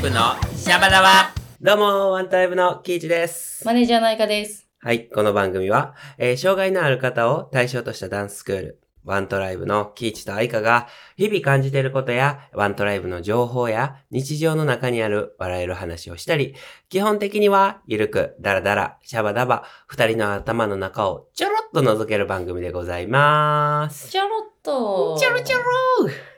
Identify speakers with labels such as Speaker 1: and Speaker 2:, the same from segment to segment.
Speaker 1: 部のシャバダワ。
Speaker 2: どうも、ワンタイムのキイチです。
Speaker 3: マネージャー内科です。
Speaker 2: はい、この番組は、えー障害のある方を対象としたダンススクール、ワントライブのキイチとアイカが、日々感じていることや、ワントライブの情報や、日常の中にある笑える話をしたり、基本的には、ゆるく、ダラダラ、シャバダバ、二人の頭の中をちょろっと覗ける番組でございます。
Speaker 3: ちょろっと。
Speaker 2: ちょろちょろ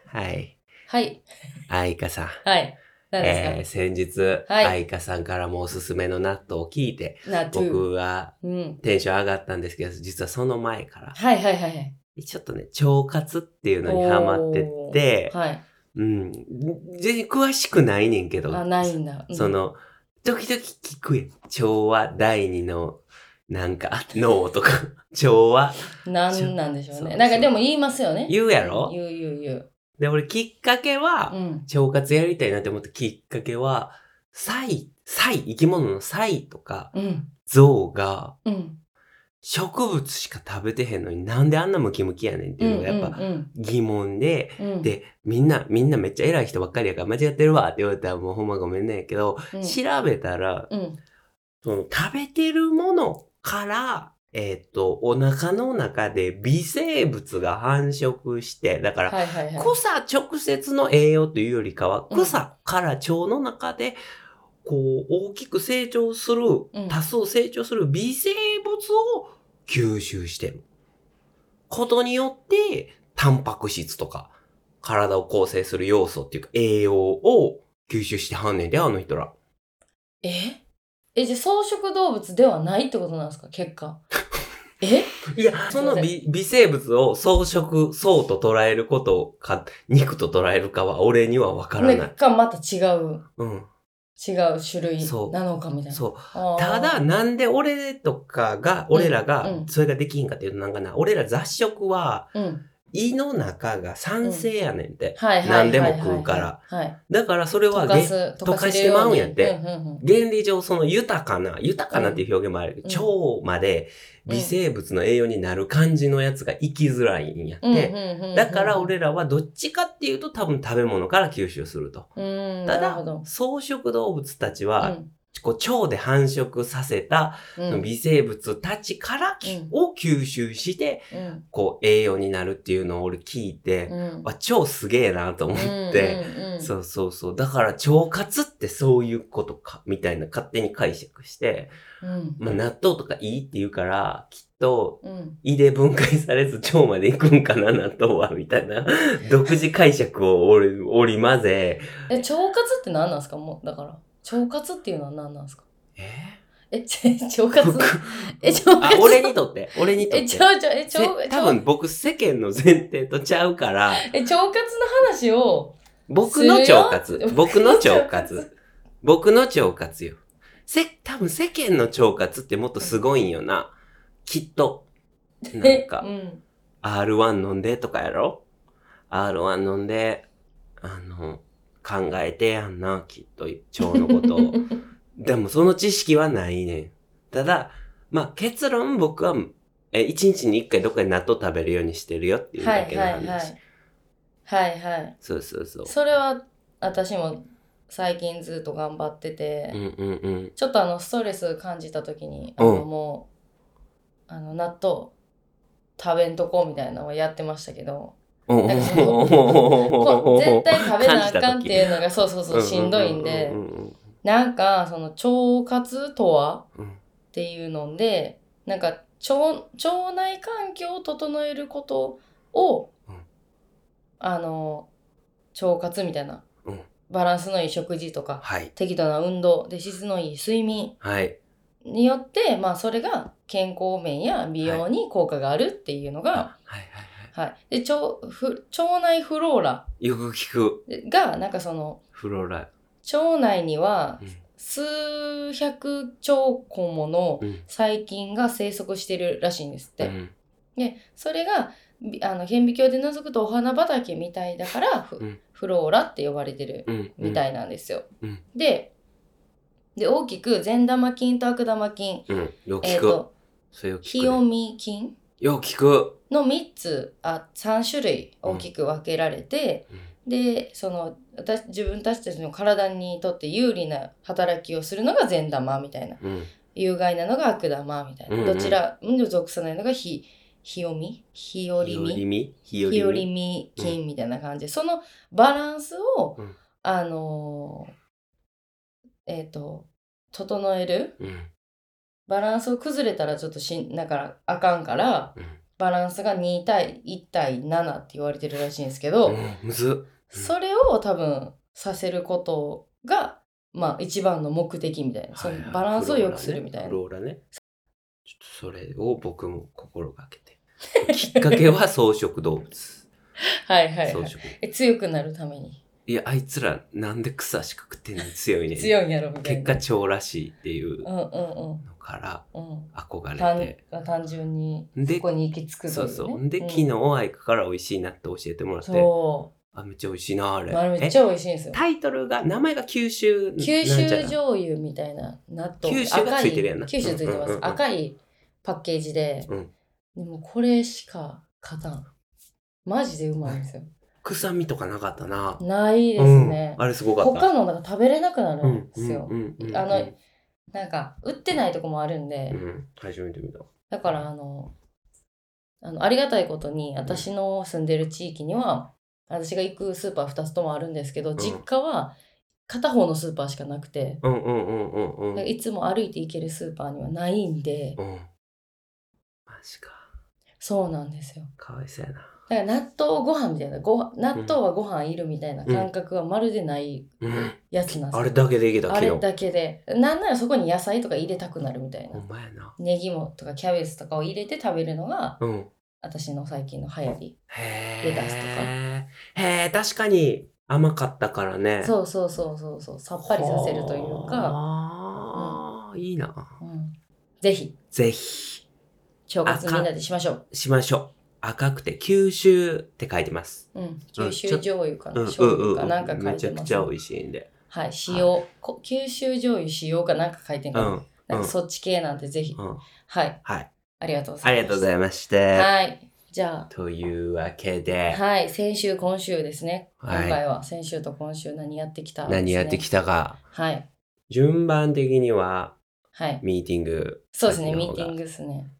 Speaker 2: はい、
Speaker 3: はい。
Speaker 2: アイカさん。
Speaker 3: はい。何
Speaker 2: えー、
Speaker 3: です
Speaker 2: 先日、
Speaker 3: はい
Speaker 2: アイカさんからもおすすめの納豆を聞いて、
Speaker 3: かなと。
Speaker 2: 僕は
Speaker 3: うん。
Speaker 2: テンション上がったんですけど、実はその前から、
Speaker 3: はいはいはいはい。
Speaker 2: ちょっとね、腸活っていうのにハマってて、
Speaker 3: はい。
Speaker 2: うん、全然詳しくないねんけど、
Speaker 3: あ、ないんだ。うん
Speaker 2: そ、の、時々聞くやん。腸は第二の、なんか、脳とか、腸は
Speaker 3: なんなんでしょ
Speaker 2: そううそ
Speaker 3: ね。
Speaker 2: う
Speaker 3: なんかでも言いますよね。
Speaker 2: 言うやろ
Speaker 3: 言う言う言う。
Speaker 2: で、俺きっかけは、
Speaker 3: うん。
Speaker 2: 腸活やりたいなって思ったきっかけは、サイ、サイ、生き物のサイとか、
Speaker 3: うん。
Speaker 2: 象が、
Speaker 3: うん。
Speaker 2: 植物しか食べてへんのになんであんなムキムキやねんっていうのがやっぱ
Speaker 3: うん
Speaker 2: 疑問で、
Speaker 3: うんうん、
Speaker 2: で、みんな、みんなめっちゃ偉い人ばっかりやから間違ってるわって言われたらもうほんまごめんねんやけど、
Speaker 3: うん、
Speaker 2: 調べたら、
Speaker 3: うん。
Speaker 2: その食べてるものから、えっ、と、お腹の中で微生物が繁殖して、だから、
Speaker 3: はいはいはい。
Speaker 2: 草直接の栄養というよりかは、
Speaker 3: うん
Speaker 2: 草から腸の中で、こう、大きく成長する、
Speaker 3: うん
Speaker 2: 多数成長する微生物を吸収してる。ことによって、タンパク質とか、体を構成する要素っていうか、栄養を吸収してはんねんで、あの人ら。
Speaker 3: ええ、じゃあ草食動物ではないってことなんですか結 果。え
Speaker 2: いや、その微微生物を草食、草と捉えることか、肉と捉えるかは、俺にはわからな
Speaker 3: な
Speaker 2: い。
Speaker 3: んかまた違う、
Speaker 2: うん。
Speaker 3: 違う種類
Speaker 2: そう
Speaker 3: なのかみたいな。
Speaker 2: そう。
Speaker 3: あー
Speaker 2: ただ、、なんで俺とかが、俺ら
Speaker 3: う
Speaker 2: が
Speaker 3: ん、
Speaker 2: それができひんかっていうと、なんかな、俺ら雑食は、
Speaker 3: うん。
Speaker 2: 胃の中が酸性やねんって。
Speaker 3: はいはいは
Speaker 2: 何
Speaker 3: い。
Speaker 2: でも食うから。
Speaker 3: はい。
Speaker 2: だからそれはげ
Speaker 3: 溶かす、
Speaker 2: 溶かしてまうんやって
Speaker 3: 溶かせるようにうんうんうん
Speaker 2: 原理上、その豊かな、豊かなっていう表現もあるけど、腸まで微生物の栄養になる感じのやつが生きづらいんやって。
Speaker 3: うんうんうん
Speaker 2: だから、俺らはどっちかっていうと多分食べ物から吸収すると。
Speaker 3: うん、
Speaker 2: た
Speaker 3: なるほ
Speaker 2: だ
Speaker 3: ど、
Speaker 2: 草食動物たち
Speaker 3: う
Speaker 2: は、
Speaker 3: ん
Speaker 2: こう腸で繁殖させた
Speaker 3: うん
Speaker 2: 微生物たちからき、
Speaker 3: うん
Speaker 2: を吸収して、
Speaker 3: うん
Speaker 2: こう栄養になるっていうのを俺聞いて、
Speaker 3: うん
Speaker 2: あ、超すげえなと思 って、
Speaker 3: うんうん
Speaker 2: そうそうそう。だから腸活ってそういうことか、みたいな勝手に解釈して、
Speaker 3: うん
Speaker 2: まあ納豆とかいいって言うから、きっと
Speaker 3: うん
Speaker 2: 胃で分解されず腸まで行くんかな、納豆は、みたい な独自解釈を織り織り交ぜ、
Speaker 3: え腸活って何なんですかもうだから腸活っていうのは何なんですか
Speaker 2: え
Speaker 3: えち 腸活え腸
Speaker 2: あ
Speaker 3: 活、
Speaker 2: 俺にとって、俺にとっ
Speaker 3: え
Speaker 2: て
Speaker 3: ち。ょちょえ腸
Speaker 2: せ多
Speaker 3: 腸
Speaker 2: 分僕世間の前提とちゃうから、
Speaker 3: え腸活の話を
Speaker 2: 僕の腸活
Speaker 3: する。よ
Speaker 2: 僕の腸活。僕の腸活よ。せ、多分世間の腸活ってもっとすごいんよな。きっと。 なんか
Speaker 3: えう、ん
Speaker 2: R1 飲んでとかやろ ?R1 飲んで、あの、考えてやんな、きっと、腸のこと を。でもその知識はないねん。ただ、まあ結論僕は、え、一日に一回どっかで納豆食べるようにしてるよっていう
Speaker 3: は
Speaker 2: だ
Speaker 3: い
Speaker 2: けの
Speaker 3: は
Speaker 2: 話。
Speaker 3: いはい はいはい
Speaker 2: そうそうそう。
Speaker 3: それは私も最近ずっと頑張ってて、
Speaker 2: うんうんうん。
Speaker 3: ちょっとあのストレス感じた時に、
Speaker 2: うん
Speaker 3: あのもうあの納豆食べんとこみたいなのをやってましたけどなんかそのこう絶対食べなあかんっていうの がそうそうそうしんどいんで
Speaker 2: うんうん
Speaker 3: なんかその腸活とは
Speaker 2: うん
Speaker 3: っていうのでなんか腸腸内環境を整えることを、
Speaker 2: うん
Speaker 3: あの腸活みたいな、
Speaker 2: うん
Speaker 3: バランスのいい食事とか
Speaker 2: はい。
Speaker 3: 適度な運動で質のいい睡眠
Speaker 2: はい。
Speaker 3: によって、まあ、それが健康面や美容に効果があるっていうのが、
Speaker 2: あはいはいは
Speaker 3: はい、で腸ふ腸内フローラ
Speaker 2: い。よく聞く、
Speaker 3: がなんかその
Speaker 2: フローラ。
Speaker 3: 腸内には
Speaker 2: うん
Speaker 3: 数百兆個もの
Speaker 2: うん
Speaker 3: 細菌が生息してるらしいんですって。
Speaker 2: うん
Speaker 3: でそれがびあの顕微鏡で覗くとお花畑みたいだからフ,、
Speaker 2: うん
Speaker 3: フローラって呼ばれてる
Speaker 2: うん。
Speaker 3: み
Speaker 2: い。
Speaker 3: たいなんですよ。
Speaker 2: うん
Speaker 3: でで大きく善玉菌と悪玉菌、
Speaker 2: うん。よく
Speaker 3: え
Speaker 2: 聞
Speaker 3: ー、
Speaker 2: く。
Speaker 3: と
Speaker 2: それよく聞
Speaker 3: ひよ
Speaker 2: くね。
Speaker 3: み菌
Speaker 2: よく聞く。
Speaker 3: の3つあ3種類大きく分けられて、
Speaker 2: うん
Speaker 3: でその私自分たちたちの体にとって有利な働きをするのが善玉みたいな
Speaker 2: うん
Speaker 3: 有害なのが悪玉みたいな、
Speaker 2: うんうん
Speaker 3: どちらに属さないのがひひよみひよりみ
Speaker 2: み日和
Speaker 3: 日和
Speaker 2: み
Speaker 3: 見金みたいな感じで、そのバランスを、
Speaker 2: うん
Speaker 3: あのーえっ、と整える
Speaker 2: うん
Speaker 3: バランスを崩れたらちょっとしんだからあかんから
Speaker 2: うん
Speaker 3: バランスが2対1対7って言われてるらしいんですけど、
Speaker 2: うんむずっ
Speaker 3: それを多分させることがまあ一番の目的みたいな、そのバランスを良くするみたいな、
Speaker 2: フローラねフローラねちょっとそれを僕も心が けてきっかけは草食動物
Speaker 3: はいはい、
Speaker 2: 草
Speaker 3: はい
Speaker 2: 食
Speaker 3: え強くなるために
Speaker 2: いやあいつらなんで草しか食ってんのに強いね
Speaker 3: 強いんやろみたい
Speaker 2: 結
Speaker 3: な
Speaker 2: 果腸らしいっていう
Speaker 3: うんうん
Speaker 2: のから
Speaker 3: うんうん
Speaker 2: 憧
Speaker 3: 単
Speaker 2: れて
Speaker 3: 単純に
Speaker 2: で
Speaker 3: そこに行き着くとい
Speaker 2: そう
Speaker 3: ね
Speaker 2: そうで
Speaker 3: ん
Speaker 2: 昨日愛花から美味しいなって教えてもらって
Speaker 3: そ
Speaker 2: あめっちゃ美味しいなあ
Speaker 3: う、まあ、
Speaker 2: れ
Speaker 3: めっ
Speaker 2: え
Speaker 3: ちゃ美味しいんですよ
Speaker 2: タイトルが名前が九州な
Speaker 3: 九
Speaker 2: んじゃ
Speaker 3: 州
Speaker 2: ない
Speaker 3: 醤油みたいな納豆
Speaker 2: 九州がついてるやんな
Speaker 3: 赤い九州ついてま
Speaker 2: うん
Speaker 3: す、
Speaker 2: うんうん
Speaker 3: 赤いパッケージで、
Speaker 2: うん
Speaker 3: でもこれしか勝たんマジでうまいんですよ
Speaker 2: 臭みとかなかったな
Speaker 3: ないですね
Speaker 2: う、ん、あれすごかった
Speaker 3: 他のなんか食べれなくなるんですよ、
Speaker 2: うんうんうんうん、
Speaker 3: あのなんか売ってないとこもあるんで、
Speaker 2: うん、初めて見た。
Speaker 3: だからあのあのありがたいことに私の住んでる地域には私が行くスーパー2つともあるんですけど、
Speaker 2: ん
Speaker 3: 実家は片方のスーパーしかなくて、
Speaker 2: うんうんうんうんうん。うん。マ
Speaker 3: いつも歩いて行けるスーパーにはないんで、
Speaker 2: ジか。
Speaker 3: そうなんですよ
Speaker 2: かわいそうやな。
Speaker 3: だから納豆ご飯みたいなご飯納豆はご飯いるみたいな感覚はまるでない
Speaker 2: うん。
Speaker 3: やつなんですよ、
Speaker 2: あれだけできた、
Speaker 3: あ
Speaker 2: 昨
Speaker 3: れ
Speaker 2: 日。
Speaker 3: だけでなんならそこに野菜とか入れたくなるみたいな、
Speaker 2: ほんまやな。
Speaker 3: ネギもとかキャベツとかを入れて食べるのが
Speaker 2: うん。
Speaker 3: 私の最近の流行り
Speaker 2: へ
Speaker 3: レタスとか
Speaker 2: え。へえ、確かに甘かったからね。う。
Speaker 3: そうそうそうそうそうさっぱりさせるというか、
Speaker 2: ああ、いいな。
Speaker 3: うん、ぜひ
Speaker 2: ぜひ、
Speaker 3: 腸活みんなでしましょう、
Speaker 2: しましょう。赤くて九州って書いてます。
Speaker 3: うん、九州
Speaker 2: ちょ
Speaker 3: 醤油かな、
Speaker 2: うん
Speaker 3: 醤
Speaker 2: うん
Speaker 3: 油
Speaker 2: う
Speaker 3: か
Speaker 2: ん。
Speaker 3: なんか書い
Speaker 2: めち
Speaker 3: て
Speaker 2: ゃく
Speaker 3: ま
Speaker 2: ち
Speaker 3: す、
Speaker 2: ゃ美味しいんで。
Speaker 3: はい塩、こ九州醤油塩かなんか書いてん
Speaker 2: う
Speaker 3: かな,、
Speaker 2: ん。
Speaker 3: なんかそっち系なんでぜひ、
Speaker 2: うん。
Speaker 3: はい
Speaker 2: はい。
Speaker 3: ありがとうござ
Speaker 2: あ
Speaker 3: いま
Speaker 2: り
Speaker 3: す
Speaker 2: がとうござ
Speaker 3: い
Speaker 2: いました。
Speaker 3: はいじゃ
Speaker 2: というわけ
Speaker 3: あ
Speaker 2: で。
Speaker 3: はい先週今週ですね、
Speaker 2: はい
Speaker 3: 今回は先週と今週何やってきた、
Speaker 2: 何やってき
Speaker 3: た
Speaker 2: たか。
Speaker 3: はい
Speaker 2: 順番的には、
Speaker 3: はい
Speaker 2: ミーティング。
Speaker 3: そうですね
Speaker 2: 先の
Speaker 3: ミ
Speaker 2: 方
Speaker 3: ーテ
Speaker 2: が
Speaker 3: ィングですね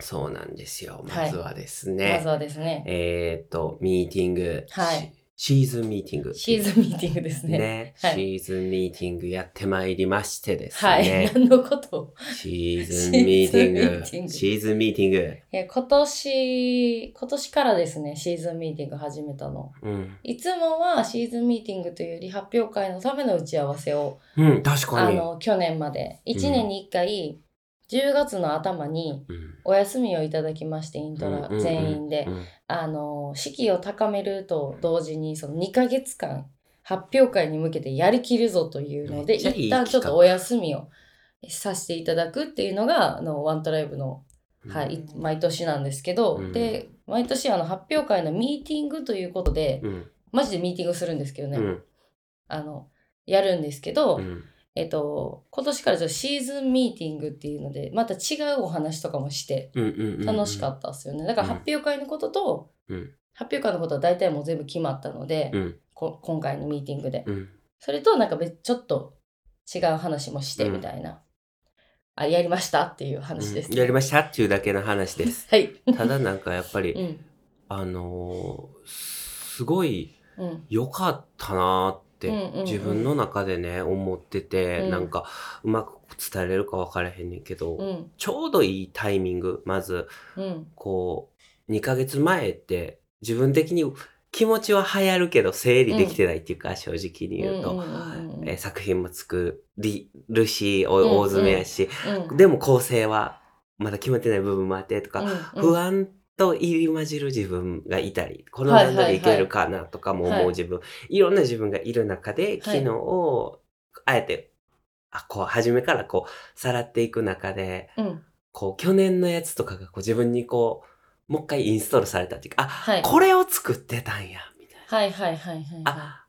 Speaker 2: そうなんですよ。
Speaker 3: は
Speaker 2: ま
Speaker 3: い
Speaker 2: ずはです
Speaker 3: ま
Speaker 2: ね。
Speaker 3: ずはですね
Speaker 2: えーっと、ミーティング。
Speaker 3: はい
Speaker 2: シシーズンミーティング。
Speaker 3: シーズンミーティングですね
Speaker 2: ね、
Speaker 3: はい
Speaker 2: シーズンミーティングやってまいりましてです
Speaker 3: はい、
Speaker 2: ね。
Speaker 3: 何のことを
Speaker 2: シー ズンミーティング。シ
Speaker 3: シ
Speaker 2: ーズンミーティング。
Speaker 3: えー今年、今年からですね、シーズンミーティング始めたの。
Speaker 2: うん。
Speaker 3: いつもはシーズンミーティングというより発表会のための打ち合わせを、
Speaker 2: うん、確か
Speaker 3: あ
Speaker 2: に。
Speaker 3: の、去年まで、1年に1回、10月の頭に
Speaker 2: うん
Speaker 3: お休みをいただきまして、イント
Speaker 2: うんうんう
Speaker 3: ラ
Speaker 2: ん
Speaker 3: 全員で
Speaker 2: う、ん
Speaker 3: あの、士気を高めると同時に、その2ヶ月間、発表会に向けてやりきるぞというので、
Speaker 2: めっちゃいい
Speaker 3: 一旦ちょっとお休みをさせていただくっていうのが、あの、ワントライブのはい、毎年なんですけど、
Speaker 2: うん
Speaker 3: で毎年あの発表会のミーティングということで、
Speaker 2: うん。
Speaker 3: マジでミーティングするんですけどね、
Speaker 2: うん。
Speaker 3: あのやるんですけど、
Speaker 2: うん。
Speaker 3: えっと、今年からちょっとシーズンミーティングっていうのでまた違うお話とかもして
Speaker 2: うんうんうん。
Speaker 3: 楽しかったですよね、だから発表会のことと、
Speaker 2: うん
Speaker 3: 発表会のことは大体もう全部決まったので、
Speaker 2: うん。
Speaker 3: こ今回のミーティングで、
Speaker 2: うん。
Speaker 3: それとなんか別ちょっと違う話もしてみたいな、あやりましたっていう話です、
Speaker 2: うんやりましたっていうだけの話です。
Speaker 3: はい、
Speaker 2: ただなんかやっぱり、
Speaker 3: うん
Speaker 2: あのーすごい
Speaker 3: うん、
Speaker 2: 良かったなーって、
Speaker 3: うんうんうん
Speaker 2: 自分の中でね思ってて、
Speaker 3: うん
Speaker 2: なんかうまく伝えれるか分からへんねんけど、
Speaker 3: うん
Speaker 2: ちょうどいいタイミングまず
Speaker 3: うん
Speaker 2: こう2ヶ月前って自分的に気持ちは流行るけど整理できてないっていうか、正直に言うと。
Speaker 3: うんうんうんうん
Speaker 2: えー作品も作りるし、お大詰めやし、
Speaker 3: うん
Speaker 2: でも構成はまだ決まってない部分もあってとか、
Speaker 3: うんうん
Speaker 2: 不安と入り混じる自分がいたり、この
Speaker 3: はい
Speaker 2: 段階でいけるかなとかも
Speaker 3: は
Speaker 2: 思
Speaker 3: いう
Speaker 2: 自分、いろんな自分がいる中で、
Speaker 3: はい
Speaker 2: 昨日を、あえて、あ、こう、初めからこう、さらっていく中で、
Speaker 3: うん
Speaker 2: こう、去年のやつとかがこう自分にこう、もう一回インストールされたっていうか、あ、
Speaker 3: はい
Speaker 2: これを作ってたんや、みたいな。
Speaker 3: はいはいはいはいは
Speaker 2: あ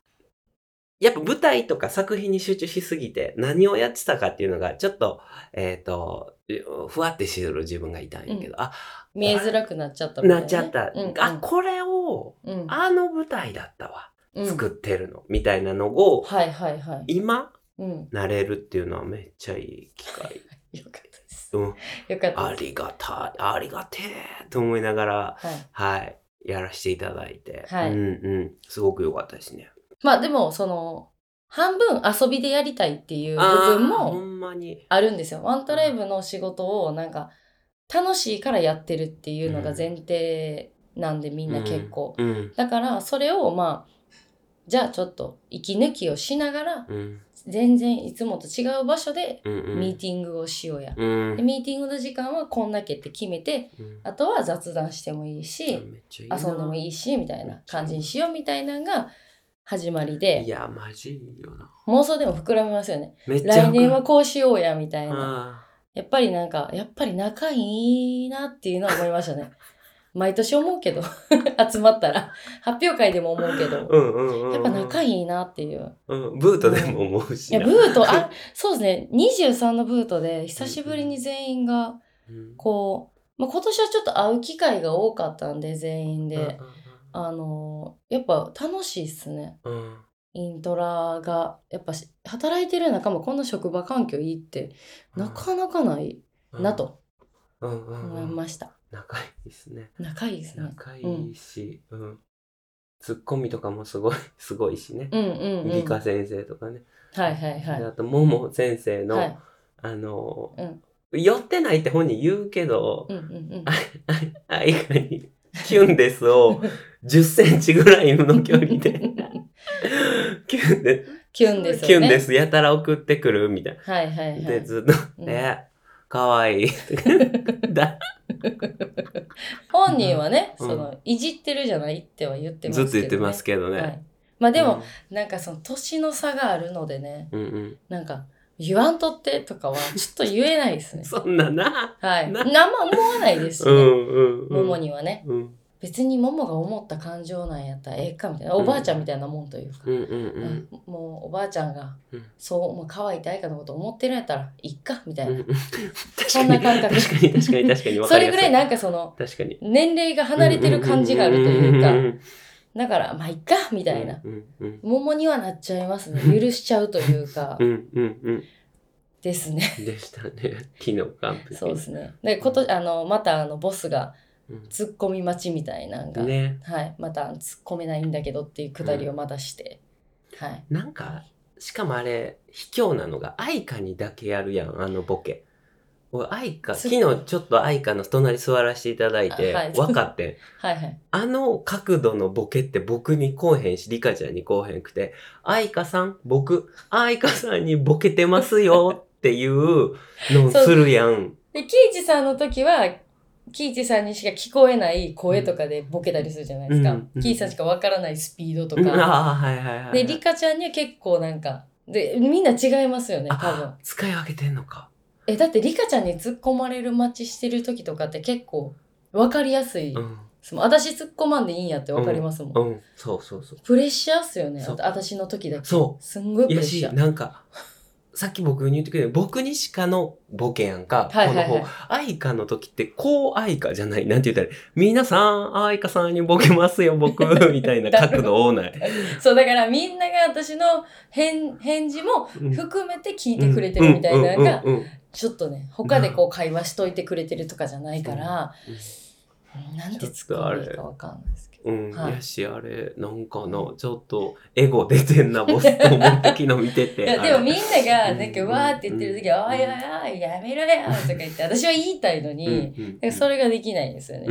Speaker 2: やっぱ舞台とか作品に集中しすぎて何をやってたかっていうのがちょっと、えっ、と、ふわってしる自分がいたんやけど、あ、
Speaker 3: い見えづらくなっちゃったみたい
Speaker 2: なっちゃった。
Speaker 3: うんうん
Speaker 2: あ、これを、
Speaker 3: うん
Speaker 2: あの舞台だったわ。作ってるの、みたいなのを、
Speaker 3: はいはいはい。
Speaker 2: 今、
Speaker 3: うん。
Speaker 2: なれるっていうのはめっちゃいい機会。
Speaker 3: よかったです。
Speaker 2: うん、
Speaker 3: よかった
Speaker 2: あ
Speaker 3: です。
Speaker 2: りがたい、ありがてえと思いながら、
Speaker 3: はい。
Speaker 2: はい、やらせていただいて、
Speaker 3: はい
Speaker 2: うんうん、すごく良かったですね。
Speaker 3: まあでも、その、半分遊びでやりたいっていう
Speaker 2: あ
Speaker 3: 部
Speaker 2: ー
Speaker 3: 分
Speaker 2: ほ
Speaker 3: も
Speaker 2: んまに。
Speaker 3: あるんですよ。ワントライブの仕事をなんか、楽しいからやってるっていうのが前提なんで、みんな結構。
Speaker 2: うん、
Speaker 3: だから、それをまあ、じゃあちょっと息抜きをしながら、
Speaker 2: うん、
Speaker 3: 全然いつもと違う場所で
Speaker 2: うん、うん。
Speaker 3: ミーティングをしようや。
Speaker 2: うん
Speaker 3: でミーティングの時間はこんだけって決めて、
Speaker 2: うん
Speaker 3: あとは雑談してもいいし、
Speaker 2: めっちゃいいな
Speaker 3: 遊んでもいいし、みたいな感じにしようみたいなのが始まりで
Speaker 2: い、や、マジいいよな。
Speaker 3: 妄想でも膨らみますよね。
Speaker 2: めっちゃ
Speaker 3: 来年はこうしようや、みたいな。
Speaker 2: あ
Speaker 3: やっぱりなんか、やっぱり仲いいなっていうのは思いましたね。 毎年思うけど、 集まったら。発表会でも思うけ
Speaker 2: ーう
Speaker 3: ど、
Speaker 2: んうんうん、
Speaker 3: やっぱ仲
Speaker 2: いい、
Speaker 3: いいなっていう。
Speaker 2: うん。ブートでも思う
Speaker 3: い
Speaker 2: し
Speaker 3: や、
Speaker 2: な。
Speaker 3: ブート、あ、そうですね。23のブートで、久しぶりに全員が、
Speaker 2: うん
Speaker 3: こう、まあ、今年はちょっと会う機会が多かったんで全員で、
Speaker 2: う
Speaker 3: あのーやっぱ楽しいっすね
Speaker 2: んうんうん
Speaker 3: イントラがやっぱし働いてる仲間こんな職場環境いいって
Speaker 2: うん
Speaker 3: なかなかないな、と
Speaker 2: うんうん
Speaker 3: 思
Speaker 2: う
Speaker 3: い
Speaker 2: ん
Speaker 3: ました、
Speaker 2: 仲いいですね。
Speaker 3: 仲いいですね
Speaker 2: 仲いいし、うん。ツッコミとかもすごい、すごいしね。
Speaker 3: うんうんうん
Speaker 2: 理科先生とかね。
Speaker 3: はいはいは
Speaker 2: で
Speaker 3: い
Speaker 2: あと、もも先生の、
Speaker 3: はい
Speaker 2: あの
Speaker 3: う
Speaker 2: ー
Speaker 3: ん、
Speaker 2: 寄ってないって本人言うけど、
Speaker 3: うんうんうん
Speaker 2: あいかに、キュンですを10センチぐらいの距離 で、キュンで
Speaker 3: キュンですよね
Speaker 2: キュンです。やたら送ってくるみたい
Speaker 3: はいはいは
Speaker 2: な。
Speaker 3: い
Speaker 2: で、ずっと、
Speaker 3: うん
Speaker 2: え、かわ いい。だ
Speaker 3: 本人はね、
Speaker 2: うん
Speaker 3: そのいじってるじゃないっては言ってま
Speaker 2: ず
Speaker 3: すけ
Speaker 2: っ
Speaker 3: ど、
Speaker 2: と言ってますけどね。
Speaker 3: はい、まあでも、なんかその年の差があるのでね、
Speaker 2: うん、うん
Speaker 3: なんか、言わんとってとかは、ちょっと言えないです
Speaker 2: うん
Speaker 3: ね。
Speaker 2: そんなな。
Speaker 3: はい。
Speaker 2: な
Speaker 3: 何も思わないですし
Speaker 2: う
Speaker 3: ね、
Speaker 2: んうんうん。
Speaker 3: ももにはね。
Speaker 2: うん。
Speaker 3: 別にももが思った感情なんやったらええかみたいな、おばあちゃんみたいなもんというか。
Speaker 2: うんうんうん。
Speaker 3: うんもうおばあちゃんが、
Speaker 2: うん
Speaker 3: そう、もう可愛い誰かのこと思ってるんやったら、いっかみたいな。
Speaker 2: うん
Speaker 3: そんな感覚
Speaker 2: 確かに確かに確かに分
Speaker 3: そ
Speaker 2: かり
Speaker 3: れ
Speaker 2: や
Speaker 3: ぐ
Speaker 2: すい
Speaker 3: らいなんかその、
Speaker 2: 確かに
Speaker 3: 年齢が離れてる感じがあるというか、
Speaker 2: み
Speaker 3: だから、まあ、いっかみたいな。
Speaker 2: うんうん
Speaker 3: ももにはなっちゃいますね。許しちゃうというか
Speaker 2: う、んうんうん
Speaker 3: ですね。
Speaker 2: でしたね 昨日完璧
Speaker 3: そうですね。で、今年、あの、また、あの、ボスが、
Speaker 2: うん
Speaker 3: ツッコミ待ちみたいなんが、
Speaker 2: ね
Speaker 3: はい、また突っ込めないんだけどっていうくだりをまたして、はい。
Speaker 2: なんかしかもあれ卑怯なのが愛花にだけやるやんあのボケ俺愛花
Speaker 3: そ
Speaker 2: 昨
Speaker 3: う
Speaker 2: 日ちょっと愛花の隣座らせていただいて、
Speaker 3: あはい
Speaker 2: 分かってん
Speaker 3: はいはい。
Speaker 2: あの角度のボケって僕にこうへんし、リカちゃんにこうへんくて、愛花さん、僕、愛花さんにボケてますよっていうのをするやん。
Speaker 3: で、キイチさんの時は、キイチさんにしか聞こえない声とかでボケたりするじゃないですか。
Speaker 2: うん
Speaker 3: キイチさんしかわからないスピードと
Speaker 2: うん
Speaker 3: か。
Speaker 2: ああ、はいはいはい。
Speaker 3: で、リカちゃんには結構なんか、で、みんな違いますよね、多分
Speaker 2: あ。使い分けてんのか。
Speaker 3: え、だってリカちゃんに突っ込まれる待ちしてる時とかって結構わかりやすい。
Speaker 2: うん。
Speaker 3: その私突っ込まんでいいんやってわかりますもん。
Speaker 2: うん。そうそうそう。
Speaker 3: プレッシャーっすよね、
Speaker 2: そう
Speaker 3: 私の時だけ。
Speaker 2: そ。
Speaker 3: すんごいうプ
Speaker 2: い
Speaker 3: レ
Speaker 2: や
Speaker 3: ッシ
Speaker 2: し
Speaker 3: ャ、ー。
Speaker 2: なんか、さっき僕に言ってくれる、僕にしかのボケやんか。
Speaker 3: はいはいはい
Speaker 2: この方、愛花の時って、こう愛花じゃない。なんて言ったら、皆さん、愛花さんにボケますよ、 僕、みたいな角度多ない。
Speaker 3: そうだからみんなが私の返返事も
Speaker 2: うん
Speaker 3: 含めて聞いてくれてるみたいなのが
Speaker 2: うんうんうんうん
Speaker 3: ちょっとね他でこう会話しといてくれてるとかじゃないから、なんて突っ込んでいいかわかんないですけど
Speaker 2: うん、
Speaker 3: はい
Speaker 2: やしあれなんかなちょっとエゴ出てんなボスと思って昨日見てて
Speaker 3: いやでもみんながなんか
Speaker 2: うん
Speaker 3: わーって言ってる時は
Speaker 2: う
Speaker 3: 「
Speaker 2: ん
Speaker 3: おいおいおいやめろよ」とか言って私は言いたいのに、
Speaker 2: に
Speaker 3: それができないんですよね。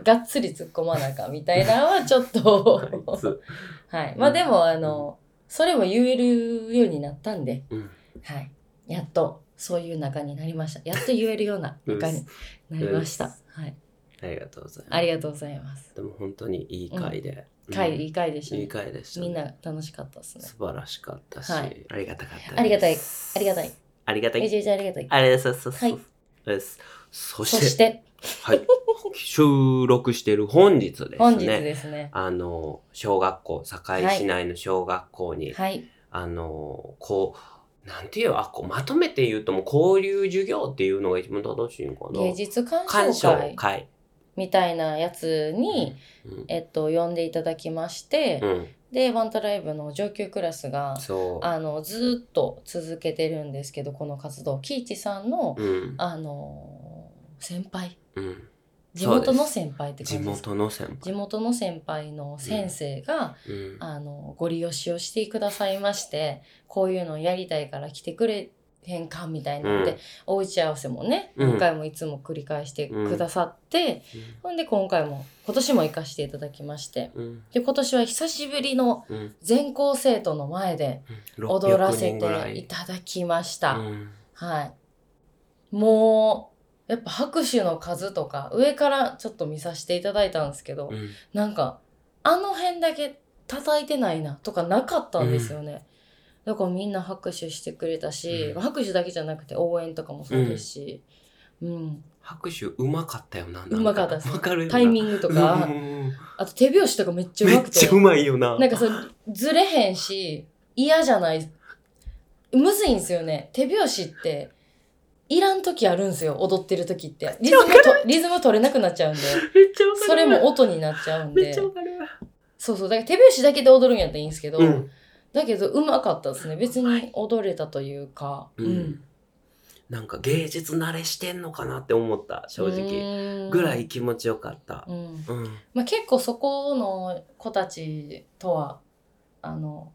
Speaker 2: あ
Speaker 3: がっつり突っ込まなあかんみたいなのはちょっと
Speaker 2: いつ、
Speaker 3: はいまあでもあのそれも言えるようになったんで
Speaker 2: うん、
Speaker 3: はい。やっと、そういう仲になりました。やっと言えるような
Speaker 2: うっ
Speaker 3: 仲になりまし。
Speaker 2: うった
Speaker 3: はい。
Speaker 2: ありがとうございま
Speaker 3: ありがとうございます。
Speaker 2: すでも本当にいい回で、うん
Speaker 3: 会、いい回でした、
Speaker 2: いい
Speaker 3: ね。
Speaker 2: 回でしたね、
Speaker 3: みんな楽しかったですね。
Speaker 2: 素晴らしかったし、
Speaker 3: はい
Speaker 2: ありがたかった
Speaker 3: ありがたい
Speaker 2: です
Speaker 3: ありがたい。
Speaker 2: ありがた
Speaker 3: め
Speaker 2: い
Speaker 3: ちゃめちゃありがたい。
Speaker 2: ありがとうございます
Speaker 3: はい
Speaker 2: ですそ
Speaker 3: そ
Speaker 2: して
Speaker 3: して、
Speaker 2: はい、収録してる本日ですね
Speaker 3: 本日ですね。
Speaker 2: あの小学校堺市内の小学校に、
Speaker 3: はい。
Speaker 2: あのこうなんていうあこうまとめて言うともう交流授業っていうのが一番正しいんかな
Speaker 3: 芸術鑑
Speaker 2: 鑑
Speaker 3: 賞
Speaker 2: 賞
Speaker 3: 会
Speaker 2: 会
Speaker 3: みたいなやつに、
Speaker 2: うん
Speaker 3: えっと、呼んでいただきまして、
Speaker 2: うん
Speaker 3: でワントライブの上級クラスが
Speaker 2: そう。
Speaker 3: あのずっと続けてるんですけどこの活動喜一さんの
Speaker 2: うん。
Speaker 3: あの先輩
Speaker 2: うん。
Speaker 3: 地元
Speaker 2: そう
Speaker 3: の
Speaker 2: です
Speaker 3: 先輩って
Speaker 2: 地
Speaker 3: 感じです
Speaker 2: 元の先
Speaker 3: 地元の先輩の先生が、
Speaker 2: 輩。うん。
Speaker 3: あのご利用しをしてくださいましてこういうのやりたいから来てくれへんかみたいなので、
Speaker 2: うん
Speaker 3: お打ち合わせもね
Speaker 2: うん
Speaker 3: 何回もいつも繰り返してくださって、ほんで今回も今年も行かせていただきまして
Speaker 2: うん。
Speaker 3: で今年は久しぶりの
Speaker 2: うん。
Speaker 3: 全校生徒の前で
Speaker 2: うん
Speaker 3: 踊らせ
Speaker 2: 600人ぐら
Speaker 3: ていただきました。
Speaker 2: うん。
Speaker 3: はい。もう、やっぱ拍手の数とか、上からちょっと見させていただいたんですけど、
Speaker 2: うん
Speaker 3: なんか、あの辺だけ叩いてないなとかなかったんですよね。だからみんな拍手してくれたし、
Speaker 2: うん
Speaker 3: 拍手だけじゃなくて応援とかもそうですし、うん、
Speaker 2: 拍手うまかったよな。なん
Speaker 3: うまかったです
Speaker 2: わかるよな
Speaker 3: タイミングとか
Speaker 2: うん、うんうん
Speaker 3: あと手拍子とかめっちゃう
Speaker 2: め
Speaker 3: ま
Speaker 2: っ
Speaker 3: く
Speaker 2: ち
Speaker 3: て
Speaker 2: ゃ、うまいよな。
Speaker 3: なんかそう、ずれへんし、嫌じゃない、むずいんですよね。手拍子って、いらん時あるんですよ、踊ってる時って。リズムと、リズム取れなくなっちゃうんで、
Speaker 2: めっちゃわかる。
Speaker 3: それも音になっちゃうん
Speaker 2: めっ
Speaker 3: で
Speaker 2: ちゃ、わかる。
Speaker 3: そうそう、だから手拍子だけで踊るんやったらいいんですけど、
Speaker 2: うん。
Speaker 3: だけど、うまかったですね。別に踊れたというか、
Speaker 2: うんなんか芸術慣れしてんのかなって思った、正直。
Speaker 3: 直
Speaker 2: ぐらい。気持ちよかった。
Speaker 3: うん
Speaker 2: うん。
Speaker 3: まあ、結構そこの子たちとは、あの、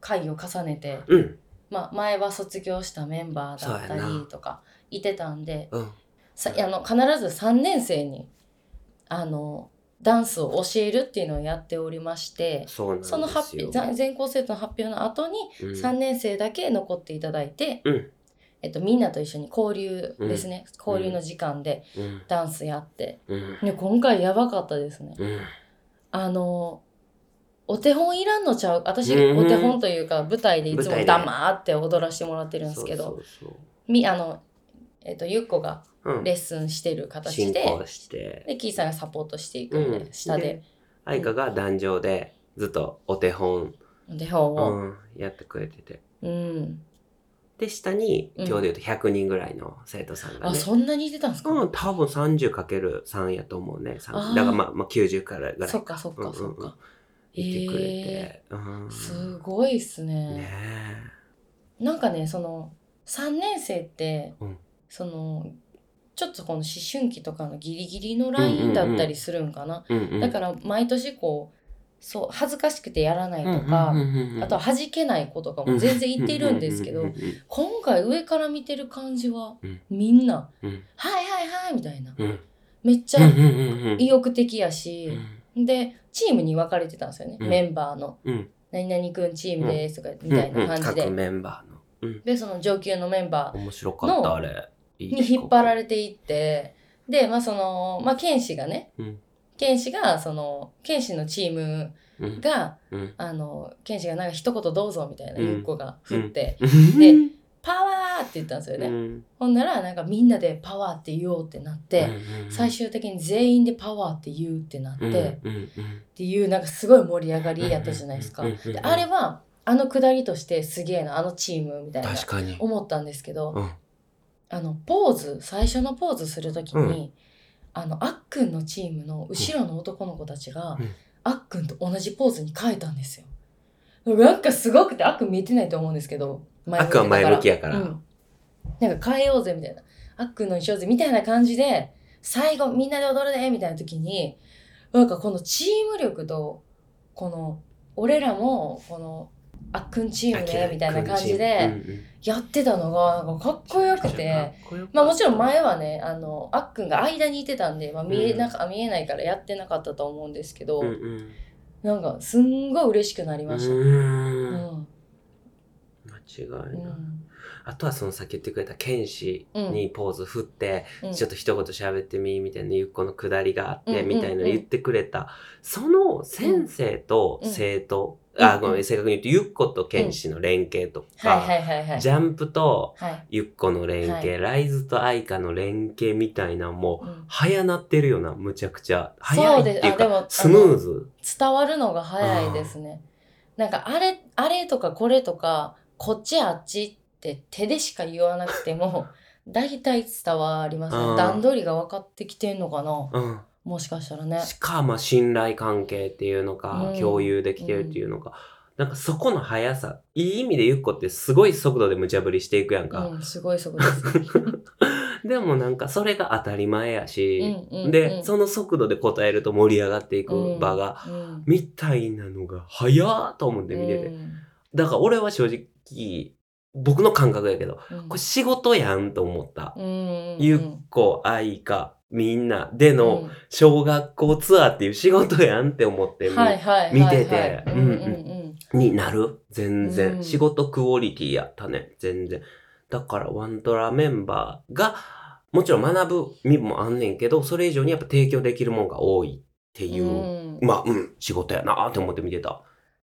Speaker 3: 会を重ねて、
Speaker 2: うん。
Speaker 3: まあ、前は卒業したメンバーだった
Speaker 2: そうやな
Speaker 3: りとかいてたんで
Speaker 2: うん。
Speaker 3: さあの必ず3年生にあのダンスを教えるっていうのをやっておりまして
Speaker 2: そうなんですよ。
Speaker 3: その発表ざ全校生徒の発表の後に
Speaker 2: うん
Speaker 3: 3年生だけ残っていただいて、
Speaker 2: うん
Speaker 3: えっと、みんなと一緒に交流ですね、交流の時間で
Speaker 2: うん。
Speaker 3: ダンスやって
Speaker 2: うん。
Speaker 3: で今回やばかったですね。
Speaker 2: うん。
Speaker 3: あのお手本いらんのちゃう私、
Speaker 2: うん
Speaker 3: お手本というか舞台でいつ
Speaker 2: 舞
Speaker 3: も
Speaker 2: 台で
Speaker 3: 黙って踊らせてもらってるんですけど
Speaker 2: そうそう
Speaker 3: みあの、えっとゆっこが
Speaker 2: そう。うん
Speaker 3: レッスンしてる形
Speaker 2: 進
Speaker 3: で、
Speaker 2: 行して。
Speaker 3: でキーさんがサポートしていくんで、
Speaker 2: うん
Speaker 3: 下で
Speaker 2: 愛花が壇上でずっとお手本、
Speaker 3: お手本
Speaker 2: う
Speaker 3: を、
Speaker 2: ん、やってくれてて。
Speaker 3: うん
Speaker 2: で、下に、
Speaker 3: う
Speaker 2: 今
Speaker 3: ん
Speaker 2: 日で言うと100人ぐらいの生徒さんが
Speaker 3: あ
Speaker 2: ね。
Speaker 3: そんなに出たんですか、
Speaker 2: うん、多分 30×3 やと思うね。
Speaker 3: あー
Speaker 2: 30だからまあ、まあ、90からぐらい。
Speaker 3: そっかそっ
Speaker 2: うんう
Speaker 3: か
Speaker 2: ん
Speaker 3: そっか、
Speaker 2: いてくれて。
Speaker 3: へ
Speaker 2: うん。
Speaker 3: すごいっすね
Speaker 2: ねえ。
Speaker 3: なんかねその3年生って、
Speaker 2: うん
Speaker 3: そのちょっとこの思春期とかのギリギリのラインだったりするんかな、
Speaker 2: うんうん、
Speaker 3: だから毎年こうそう恥ずかしくてやらない
Speaker 2: うんうん
Speaker 3: とか、
Speaker 2: うんうん
Speaker 3: あとは弾けない子とかも全然いてるんですけど、
Speaker 2: うんうんうん
Speaker 3: 今回上から見てる感じは、
Speaker 2: うん
Speaker 3: みんな
Speaker 2: うん
Speaker 3: 「はいはいはい」みたいな
Speaker 2: うんうん
Speaker 3: めっちゃ
Speaker 2: うんうんうんうん
Speaker 3: 意欲的やし、でチームに分かれてたんですよね、
Speaker 2: うん
Speaker 3: メンバーの
Speaker 2: うん
Speaker 3: 「何々くんチームです」とかみ
Speaker 2: うん
Speaker 3: たいな感じで、
Speaker 2: 各メンバーの、うん、
Speaker 3: でその上級のメンバ
Speaker 2: 面白かった
Speaker 3: の
Speaker 2: あれい
Speaker 3: ーに引っ張ら
Speaker 2: れ
Speaker 3: れていってでまあそのまあ剣士がね、
Speaker 2: うん
Speaker 3: 剣士がその剣士のチーム
Speaker 2: うん
Speaker 3: が
Speaker 2: うん
Speaker 3: あの剣士がなんか一言どうぞみたいな
Speaker 2: うん
Speaker 3: ゆっこが振って、
Speaker 2: で
Speaker 3: パワーって言ったんですよね、
Speaker 2: うん
Speaker 3: ほんならなんかみんなでパワーって言おうってなって、
Speaker 2: うんうん
Speaker 3: 最終的に全員でパワーって言うってなって、
Speaker 2: うん
Speaker 3: っ
Speaker 2: うんうん
Speaker 3: ていうなんかすごい盛り上がりやったじゃないです
Speaker 2: う
Speaker 3: か。
Speaker 2: んうんうんうん
Speaker 3: であれはあのくだりとしてすげえなあのチームみたいな
Speaker 2: 確かに、
Speaker 3: 思ったんですけど
Speaker 2: うん
Speaker 3: あのポーズ最初のポーズする時に、
Speaker 2: うん
Speaker 3: あのあっくんのチームの後ろの男の子たちが、
Speaker 2: うん
Speaker 3: あっくんと同じポーズに変えたんですよ。なんかすごくてあっくん見えてないと思うんですけど前
Speaker 2: あっくんは前向き
Speaker 3: や
Speaker 2: やから、
Speaker 3: うん、なんか変えようぜみたいなあっくんの衣装ぜみたいな感じで最後みんなで踊るねみたいな時になんかこのチーム力とこの俺らもこのあっくんチームねみたいな感じでやってたのがなんかかっこよくて。まあもちろん前はねあのあっくんが間にいてたんで、まあ、見えなか、見えないからやってなかったと思うんですけど、
Speaker 2: うんうん
Speaker 3: なんかすんごい嬉しくなり
Speaker 2: う
Speaker 3: ました。うんん
Speaker 2: 間違いな
Speaker 3: う
Speaker 2: い、
Speaker 3: ん
Speaker 2: あとはそのさっき言ってくれた剣士にポーズ振って、
Speaker 3: うん
Speaker 2: ちょっと一言喋ってみ、みたいな、ゆっこのくだりがあっ
Speaker 3: うんう
Speaker 2: て、
Speaker 3: んうん
Speaker 2: みたいな言ってくれた。その先生と生徒、
Speaker 3: うん
Speaker 2: あ、
Speaker 3: うん
Speaker 2: ごめん、正確に言うと、ゆっこと剣士の連携と
Speaker 3: はい
Speaker 2: か、
Speaker 3: はいはいはい。
Speaker 2: ジャンプと
Speaker 3: はい
Speaker 2: ゆっこの連携、ライズとアイカの連携みたいなのも、
Speaker 3: うん
Speaker 2: 早なってるよな、むちゃくちゃ。早
Speaker 3: そ
Speaker 2: いうっ
Speaker 3: です
Speaker 2: ていう
Speaker 3: あでもあ
Speaker 2: か
Speaker 3: の、
Speaker 2: スムーズ。
Speaker 3: 伝わるのが早いですね。なんかあれ、あれとかこれとか、こっちあっちって手でしか言わな くても、大体伝わります
Speaker 2: う
Speaker 3: ね。
Speaker 2: ん
Speaker 3: 段取りが分かってきてんのかな。
Speaker 2: うん。
Speaker 3: もしかしたらね。
Speaker 2: しかも信頼関係っていうのか、
Speaker 3: うん
Speaker 2: 共有できてるっていうのか、なんかそこの速さ、いい意味でゆっこってすごい速度で無茶ぶりしていくやんか。
Speaker 3: うん、すごいそ こです。
Speaker 2: でもなんかそれが当たり前やし、
Speaker 3: うんうんうん
Speaker 2: で、その速度で答えると盛り上がっていく場が、
Speaker 3: うん
Speaker 2: みたいなのが早ーと思って見てて。
Speaker 3: うん
Speaker 2: だから俺は正直、僕の感覚やけど、
Speaker 3: うん
Speaker 2: これ仕事やんと思った。
Speaker 3: うん
Speaker 2: ゆっこ、愛か、みんなでの小学校ツアーっていう仕事やんって思ってみ、見てて
Speaker 3: うん
Speaker 2: うんうん
Speaker 3: はいはいはいはいうんうん
Speaker 2: になる全然、
Speaker 3: うん
Speaker 2: 仕事クオリティやったね。全然。だからワントラメンバーが、もちろん学ぶ身もあんねんけど、それ以上にやっぱ提供できるもんが多いっていうう。
Speaker 3: ん
Speaker 2: まあ、うん、仕事やなーって思って見てた。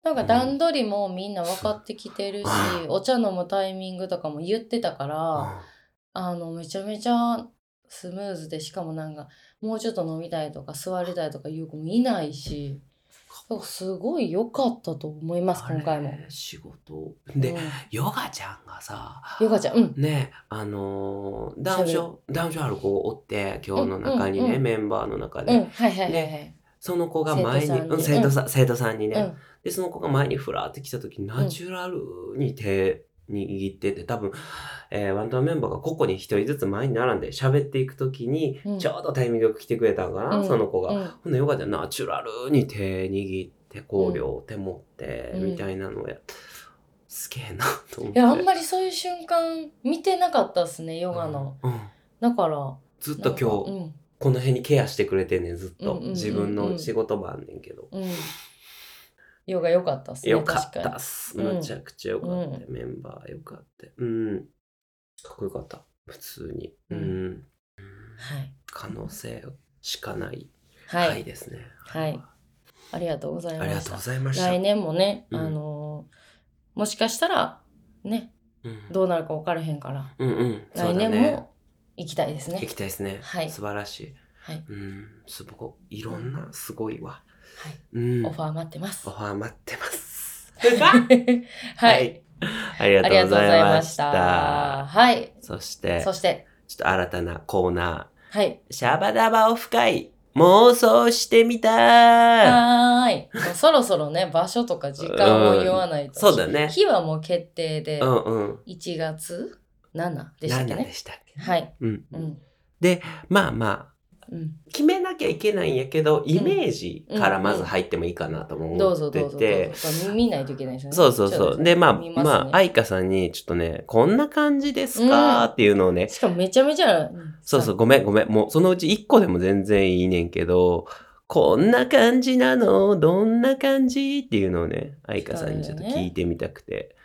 Speaker 3: なんか段取りもみんな分かってきてるし、お茶飲むタイミングとかも言ってたから、あの、めちゃめちゃスムーズで、しかもなんか、もうちょっと飲みたいとか座りたいとかいう子もいないし、だからすごい良かったと思います、今回
Speaker 2: あ
Speaker 3: も。
Speaker 2: れ仕事。で、
Speaker 3: うん
Speaker 2: ヨガちゃんがさ、
Speaker 3: ヨガちゃん、うん。
Speaker 2: ねあのー、男女、男女ある子おって、今日の中にね、
Speaker 3: うんうんうん
Speaker 2: メンバーの中で、
Speaker 3: うん、はいはいはいはい。
Speaker 2: その子が前に、うん生
Speaker 3: 生
Speaker 2: 徒
Speaker 3: 徒
Speaker 2: さん、生徒さんにね、
Speaker 3: うん
Speaker 2: で、その子が前にふらーって来た時、ナチュラルに手に握ってて、多分、えーワントマンメンバーが個々に一人ずつ前に並んで喋っていく時に、
Speaker 3: うん
Speaker 2: ちょうどタイミングよく来てくれたんかな、
Speaker 3: うん
Speaker 2: その子が。
Speaker 3: うん
Speaker 2: ほんでよかったよナチュラルに手握ってこ
Speaker 3: う
Speaker 2: うん両手持って、
Speaker 3: うん
Speaker 2: みたいなのをやすげえなと思っ
Speaker 3: い
Speaker 2: て
Speaker 3: や、あんまりそういう瞬間見てなかったっすね、ヨガの。、
Speaker 2: うんうん
Speaker 3: だから、
Speaker 2: ずっと
Speaker 3: う
Speaker 2: 今日
Speaker 3: ん
Speaker 2: この辺にケアしてくれてんねんずっと、
Speaker 3: うんうんうんうん
Speaker 2: 自分の仕事もあんねんけど、
Speaker 3: うん。ヨガ良かったっすね。
Speaker 2: よかっ
Speaker 3: 確
Speaker 2: た
Speaker 3: か
Speaker 2: っす
Speaker 3: うん
Speaker 2: むちゃくちゃよかった、
Speaker 3: う
Speaker 2: メンバーよかったうんかっこよかった普通にう、
Speaker 3: うんんに
Speaker 2: 可能性しかない
Speaker 3: はい。
Speaker 2: は
Speaker 3: はいい。
Speaker 2: ですね
Speaker 3: はいありがとうござい
Speaker 2: あ
Speaker 3: ま
Speaker 2: りが
Speaker 3: し
Speaker 2: とう
Speaker 3: た
Speaker 2: ご。ざいました
Speaker 3: 来年もね、
Speaker 2: うん
Speaker 3: あのーもしかしたら、ね、
Speaker 2: うん
Speaker 3: どうなるか分からへんから、
Speaker 2: うんうんそう
Speaker 3: 来
Speaker 2: だ
Speaker 3: 年
Speaker 2: ね
Speaker 3: も行きたいですね
Speaker 2: 行。きたいですね。
Speaker 3: はい
Speaker 2: 素晴らしい。
Speaker 3: はい。
Speaker 2: うん、すごい、いろんな、すごいわ。
Speaker 3: はい。
Speaker 2: うん。
Speaker 3: オファー待ってます。
Speaker 2: オファー待ってます。
Speaker 3: は
Speaker 2: はい
Speaker 3: い。
Speaker 2: ありが
Speaker 3: あ
Speaker 2: とう
Speaker 3: り
Speaker 2: ご
Speaker 3: がとう
Speaker 2: ざ
Speaker 3: ござ
Speaker 2: い
Speaker 3: い
Speaker 2: ま
Speaker 3: ま
Speaker 2: し。
Speaker 3: したた。はい。
Speaker 2: そして、
Speaker 3: そして、
Speaker 2: ちょっと新たなコーナ
Speaker 3: はい。
Speaker 2: ー、シャバダバオフ会、妄想してみたい。
Speaker 3: はーい。もうそろそろね、場所とか時間を言わないと。
Speaker 2: そうだね。
Speaker 3: 日はもう決定で
Speaker 2: う、んうん。
Speaker 3: 1月7でしたっ
Speaker 2: 何
Speaker 3: け
Speaker 2: で
Speaker 3: ね。
Speaker 2: したっけ
Speaker 3: はい。
Speaker 2: うん。
Speaker 3: うん。
Speaker 2: まあま
Speaker 3: うん。
Speaker 2: あ、決めなきゃいけないんやけど、イメージからまず入ってもいいかなとも
Speaker 3: ど
Speaker 2: 思
Speaker 3: うぞ
Speaker 2: ってて。
Speaker 3: どうぞどうぞ。見ないといけないですよね。
Speaker 2: そうそうそう。で、まあ、
Speaker 3: 見ますね
Speaker 2: まあ、愛花さんに、ちょっとね、こんな感じですか
Speaker 3: うん
Speaker 2: っていうのをね、
Speaker 3: しかもめちゃめちゃ、
Speaker 2: そうそう、ごめん、ごめん。もう、そのうち1個でも全然いいねんけど、こんな感じなのどんな感じっていうのをね、愛花さんにちょっと聞いてみたくて、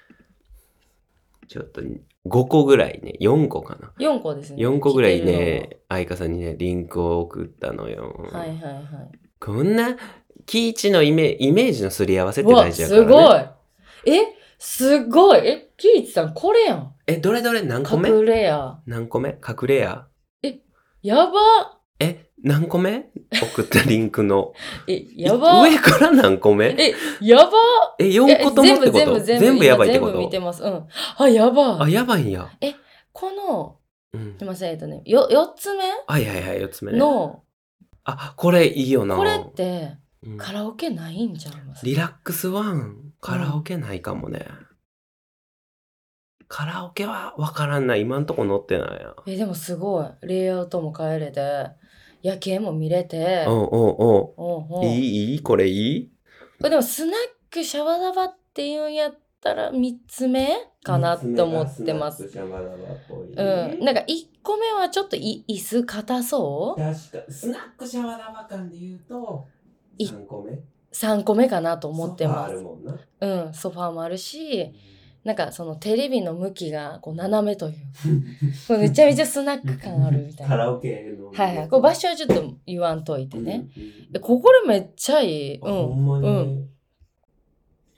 Speaker 2: ちょっと5個ぐらいね、4個かな。
Speaker 3: 4個ですね。
Speaker 2: 4個ぐらい
Speaker 3: 来て
Speaker 2: ね、愛花さんにね、リンクを送ったのよ
Speaker 3: る。のは。はいはいはい。
Speaker 2: こんな、キイチのイメイメージのすり合わせって
Speaker 3: うわ、
Speaker 2: 大事やから
Speaker 3: す
Speaker 2: ね。
Speaker 3: ごい。え、すごい。え、キーチさん、これやん。
Speaker 2: え、どれどれ何個目
Speaker 3: 隠れや。
Speaker 2: 何個目隠れや
Speaker 3: やば。
Speaker 2: え何個目送ったリンクの
Speaker 3: え、やば
Speaker 2: い。上から何個目
Speaker 3: え、やば。
Speaker 2: え
Speaker 3: え
Speaker 2: 4個ともってこと
Speaker 3: 全部全部
Speaker 2: 全部やばいって
Speaker 3: 今全部
Speaker 2: こ
Speaker 3: 見て
Speaker 2: と
Speaker 3: ます。うん。あ、やば
Speaker 2: あ。やばいんや、
Speaker 3: この、
Speaker 2: うん
Speaker 3: すい、ません、えっとね、よ、4つ
Speaker 2: はいはいはい4つ目
Speaker 3: 目
Speaker 2: ね
Speaker 3: の、
Speaker 2: あこれいいよな
Speaker 3: これって、
Speaker 2: うん
Speaker 3: カラオケないんちゃいます
Speaker 2: リラックスワンカラオケないかもね、カラオケはわからんない今んとこ乗ってないや
Speaker 3: え、でもすごい。レイアウトも変えれて、夜景も見れて、
Speaker 2: うんうん
Speaker 3: うん
Speaker 2: うん
Speaker 3: うん
Speaker 2: いいいいこれいい
Speaker 3: これでもスナックシャバダバっていうんやったら3つ目かなって思ってます。うん。なんか1個目はちょっとい椅子硬そう
Speaker 2: 確かスナックシャワーダバ感で言うと
Speaker 3: い
Speaker 2: 3個目
Speaker 3: ?3 個目かなと思ってま
Speaker 2: ソファーある
Speaker 3: す。
Speaker 2: もんな
Speaker 3: うん。ソファーもあるし、なんかそのテレビの向きがこう斜めという。これめちゃめちゃスナック感あるみた い
Speaker 2: カ
Speaker 3: な。
Speaker 2: ラオケの
Speaker 3: はいはい。こう場所はちょっと言わんといてね。
Speaker 2: うん
Speaker 3: えここでめっちゃいい。
Speaker 2: あ
Speaker 3: う
Speaker 2: ほ
Speaker 3: ん。
Speaker 2: んまにね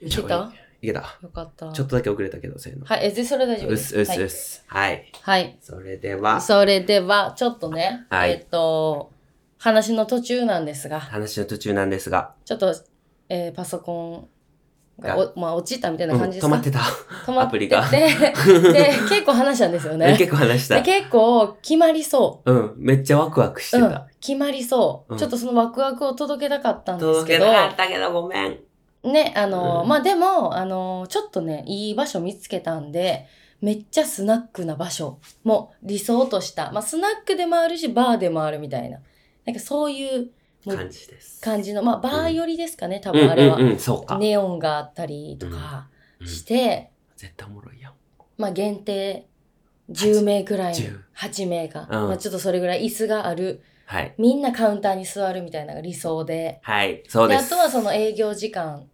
Speaker 3: ういけた
Speaker 2: いけた
Speaker 3: よかった。
Speaker 2: ちょっとだけ遅れたけどせーの
Speaker 3: はい。え、で、それ大丈夫
Speaker 2: う
Speaker 3: で
Speaker 2: っ
Speaker 3: す。
Speaker 2: すうっすうっすはい
Speaker 3: はい。はい
Speaker 2: それでは
Speaker 3: それでは、ちょっとね、
Speaker 2: はい
Speaker 3: えっと、話の途中なんですが、
Speaker 2: 話の途中なんですが
Speaker 3: ちょっと、えーパソコンがおまあ、落ちたみたいな感じです
Speaker 2: 止
Speaker 3: か、
Speaker 2: まってた。
Speaker 3: 止ま
Speaker 2: ア
Speaker 3: っ
Speaker 2: プ
Speaker 3: て
Speaker 2: リ
Speaker 3: て
Speaker 2: が
Speaker 3: で、結構話したんですよね。
Speaker 2: 結構話した
Speaker 3: で。結構決まりそ
Speaker 2: うん。めっちゃワクワクし
Speaker 3: う。
Speaker 2: て
Speaker 3: う
Speaker 2: た。
Speaker 3: ん、決まりそう、
Speaker 2: うん
Speaker 3: ちょっとそのワクワクを届けたかったんです
Speaker 2: 届
Speaker 3: け
Speaker 2: け
Speaker 3: ど
Speaker 2: な、かったけどごめん。
Speaker 3: ね、あの、
Speaker 2: うん
Speaker 3: まあ、でも、あの、ちょっとね、いい場所見つけたんで、めっちゃスナックな場所もう理想とした。まあ、スナックでもあるし、バーでもあるみたいな。なんかそういうもう
Speaker 2: 感じです。
Speaker 3: 感じの、まあ、バー寄りですかね、多
Speaker 2: うん
Speaker 3: 分あれは。
Speaker 2: うんうん、そうか。
Speaker 3: ネオンがあったりとか
Speaker 2: うん
Speaker 3: して、
Speaker 2: 絶対おもろいやん。
Speaker 3: まあ、限定10名くらい
Speaker 2: 10、
Speaker 3: 8名か。
Speaker 2: うん
Speaker 3: まあ、ちょっとそれぐらい椅子がある。
Speaker 2: はい。
Speaker 3: みんなカウンターに座るみたいなのが理想で。
Speaker 2: はい。そう
Speaker 3: で
Speaker 2: で
Speaker 3: あ
Speaker 2: す。
Speaker 3: とはその営業時間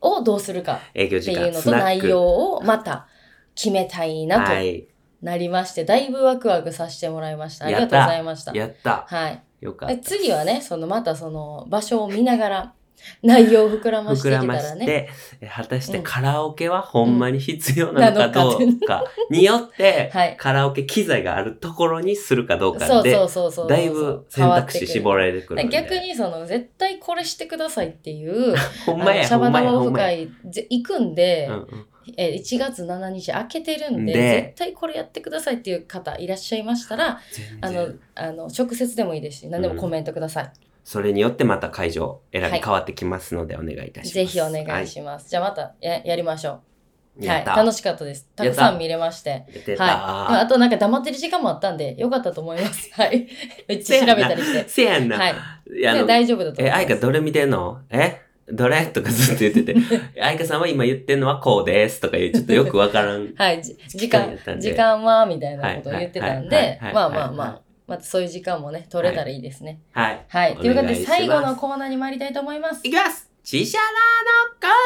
Speaker 3: をどうするか。
Speaker 2: 営業
Speaker 3: っ
Speaker 2: 時
Speaker 3: てい
Speaker 2: 間、
Speaker 3: うの
Speaker 2: ス
Speaker 3: と
Speaker 2: ナ
Speaker 3: 内
Speaker 2: ック。
Speaker 3: 容をまた決めたいな
Speaker 2: は
Speaker 3: と
Speaker 2: い。
Speaker 3: なりまして、だいぶワクワクさせてもらいました。ありがと
Speaker 2: や
Speaker 3: う
Speaker 2: っ
Speaker 3: ご
Speaker 2: た
Speaker 3: ざいました。
Speaker 2: やった。
Speaker 3: はい。
Speaker 2: よかっ
Speaker 3: で
Speaker 2: た。
Speaker 3: 次はね、そのまたその場所を見ながら内容を膨らまして
Speaker 2: 膨
Speaker 3: いけ
Speaker 2: ら
Speaker 3: た
Speaker 2: ま
Speaker 3: ら
Speaker 2: し
Speaker 3: ね。
Speaker 2: て、え果たして
Speaker 3: うん
Speaker 2: カラオケはほんまに必要なのかど
Speaker 3: なの
Speaker 2: うかによって、
Speaker 3: はい
Speaker 2: カラオケ機材があるところにするかどう
Speaker 3: そ
Speaker 2: か
Speaker 3: うそ
Speaker 2: で、
Speaker 3: うそうそう。
Speaker 2: だいぶ選択肢絞
Speaker 3: れ
Speaker 2: られてくるんで。
Speaker 3: 逆にその絶対これしてくださいっていう、
Speaker 2: ほん
Speaker 3: あの
Speaker 2: まや、
Speaker 3: シャ
Speaker 2: ほ
Speaker 3: バ
Speaker 2: んま
Speaker 3: ダ
Speaker 2: や、
Speaker 3: バ
Speaker 2: ほん
Speaker 3: オフ
Speaker 2: まや。
Speaker 3: 会ぜ行くんで、
Speaker 2: うんうん
Speaker 3: えー1月7日開けてるんで
Speaker 2: で
Speaker 3: 絶対これやってくださいっていう方いらっしゃいましたら、
Speaker 2: 全
Speaker 3: あの
Speaker 2: 然。、
Speaker 3: あの、直接でもいいですし、何でもコメントください。
Speaker 2: それによってまた会場選び
Speaker 3: はい
Speaker 2: 変わってきますので、お願いいたします。
Speaker 3: ぜひお願いします。じゃあまたややりましょ
Speaker 2: ます
Speaker 3: う。
Speaker 2: や
Speaker 3: は
Speaker 2: っ
Speaker 3: い。
Speaker 2: た。
Speaker 3: 楽しかったです。たくさん見れまして。
Speaker 2: やってた。
Speaker 3: はい。あとなんか黙ってる時間もあったんで、よかったと思います。 はい。めっちゃ調べたりして。
Speaker 2: せやんな。
Speaker 3: はい。
Speaker 2: いやあ
Speaker 3: で
Speaker 2: の
Speaker 3: 大丈夫だと思
Speaker 2: え、
Speaker 3: いま
Speaker 2: ア
Speaker 3: す。
Speaker 2: イカどれ見てんのえどれとかずっと言って て。アイカさんは今言ってんのはこうですとか言う、ちょっとよくわからん。
Speaker 3: はい。じ時
Speaker 2: 機会や
Speaker 3: 間
Speaker 2: ったん、で
Speaker 3: 時間は、みたいなことを言ってたん
Speaker 2: はいはい
Speaker 3: で
Speaker 2: はいは、い
Speaker 3: まあ
Speaker 2: はい
Speaker 3: まあま
Speaker 2: は
Speaker 3: あ、またそういう時間もね、取れたらいいですね。
Speaker 2: はい。
Speaker 3: はい。ということ
Speaker 2: お願
Speaker 3: で、
Speaker 2: いします
Speaker 3: 最後のコーナーに参りたいと思います。
Speaker 2: いきますチシャラの代わ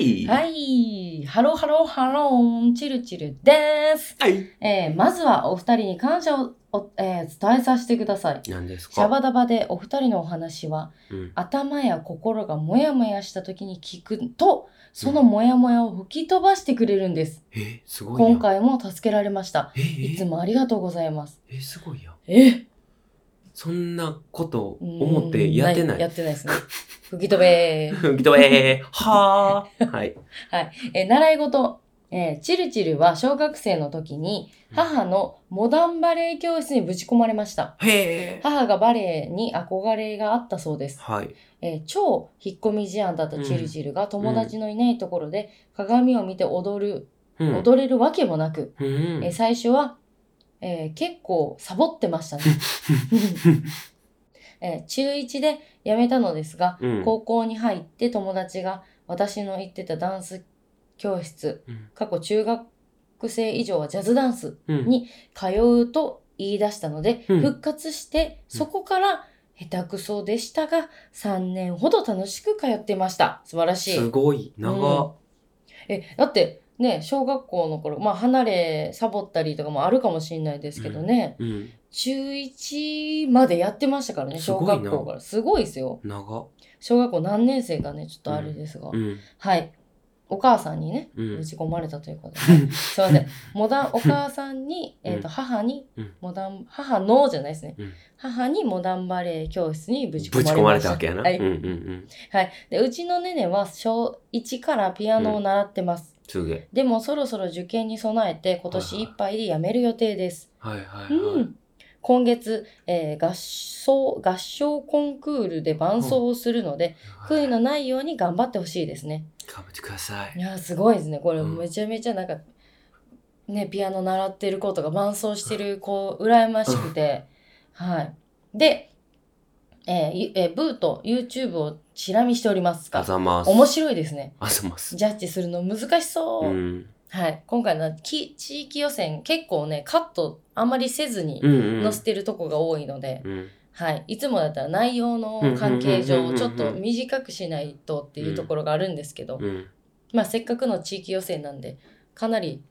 Speaker 2: り
Speaker 3: はい。ハローハローハローン、チルチルです。
Speaker 2: はい。
Speaker 3: えーまずはお二人に感謝をお、えー伝えさせてください。
Speaker 2: 何です
Speaker 3: シャ
Speaker 2: か
Speaker 3: バダバでお二人のお話は
Speaker 2: うん。
Speaker 3: 頭や心がモヤモヤした時に聞くとそのモヤモヤを吹き飛ばしてくれるんです。
Speaker 2: え、すごいやん
Speaker 3: 今。回も助けられました。
Speaker 2: え、
Speaker 3: いつ
Speaker 2: え、
Speaker 3: もありがとうございます。
Speaker 2: え、すごいやん。
Speaker 3: え
Speaker 2: そんなこと思ってやってな
Speaker 3: や
Speaker 2: い。
Speaker 3: ってないですね。吹き飛べ ー。
Speaker 2: ギトえー、はー。 はい。
Speaker 3: えー習い事。えーチルチルは小学生の時に母のモダンバレエ教室にぶち込まれました。
Speaker 2: へー。
Speaker 3: 母がバレエに憧れがあったそうです。
Speaker 2: はい。
Speaker 3: えー超引っ込み思案だったチルチルが友達のいないところで鏡を見て踊る、
Speaker 2: うん。
Speaker 3: 踊れるわけもなく、
Speaker 2: うん
Speaker 3: えー最初は、えー結構サボってま したね。 えー中1で辞めたのですが、
Speaker 2: うん
Speaker 3: 高校に入って友達が私の行ってたダンス教室、
Speaker 2: うん
Speaker 3: 過去中学生以上はジャズダンス
Speaker 2: うん
Speaker 3: に通うと言い出したので、
Speaker 2: うん
Speaker 3: 復活して、そこから下手くそでしたが、3年ほど楽しく通ってました。素晴らしい。
Speaker 2: すごい。長っ。
Speaker 3: うんえ、だって、ね、小学校の頃、まあ、離れ、サボったりとかもあるかもしれないですけどね、
Speaker 2: うん。
Speaker 3: 中1までやってましたからね、
Speaker 2: す
Speaker 3: 小
Speaker 2: ごいな
Speaker 3: 学校から。すごいですよ。
Speaker 2: 長っ。
Speaker 3: 小学校何年生かね、ちょっとあれですが。
Speaker 2: うん。
Speaker 3: はい。お母さんにね、
Speaker 2: うん
Speaker 3: 打。ち込まれたということで。 すいません。モダン、お母さんに、えっ、と、母に
Speaker 2: うん、
Speaker 3: モダン、母のじゃないですね。
Speaker 2: うん
Speaker 3: 母にモダンバレエ教室にぶ
Speaker 2: ぶ
Speaker 3: ち
Speaker 2: ち
Speaker 3: 込まれました。
Speaker 2: 込まれたわけやな。
Speaker 3: は
Speaker 2: う
Speaker 3: い
Speaker 2: ん。うんうん。
Speaker 3: はい。で、うちのねねは小1からピアノを習ってます。
Speaker 2: すげえ。
Speaker 3: でもそろそろ受験に備えて今年いっぱいで辞める予定です。
Speaker 2: はいはいはい。
Speaker 3: うん。今月、えー合奏、合唱コンクールで伴奏をするので、悔いのないように頑張ってほしいですね。
Speaker 2: 頑張ってくださ
Speaker 3: い
Speaker 2: い。
Speaker 3: やーすごいですねこれ
Speaker 2: うん
Speaker 3: めちゃめちゃなんか、ねピアノ習ってる子とか伴奏してる子羨ましくて、はいで、えーゆえーブーと YouTube をチラ見しております
Speaker 2: あ
Speaker 3: が
Speaker 2: ざます。
Speaker 3: 面白いですね
Speaker 2: あざます。
Speaker 3: ジャッジするの難しそ
Speaker 2: う
Speaker 3: う、
Speaker 2: ん。
Speaker 3: はい今回のき地域予選結構ねカットあんまりせずに
Speaker 2: うんうん。
Speaker 3: 載せてるとこが多いので、
Speaker 2: うん。
Speaker 3: はい、いつもだったら内容の関係上ちょっと短くしないとっていうところがあるんですけど、
Speaker 2: うん。
Speaker 3: まあ、せっかくの地域予選なんで、かなり、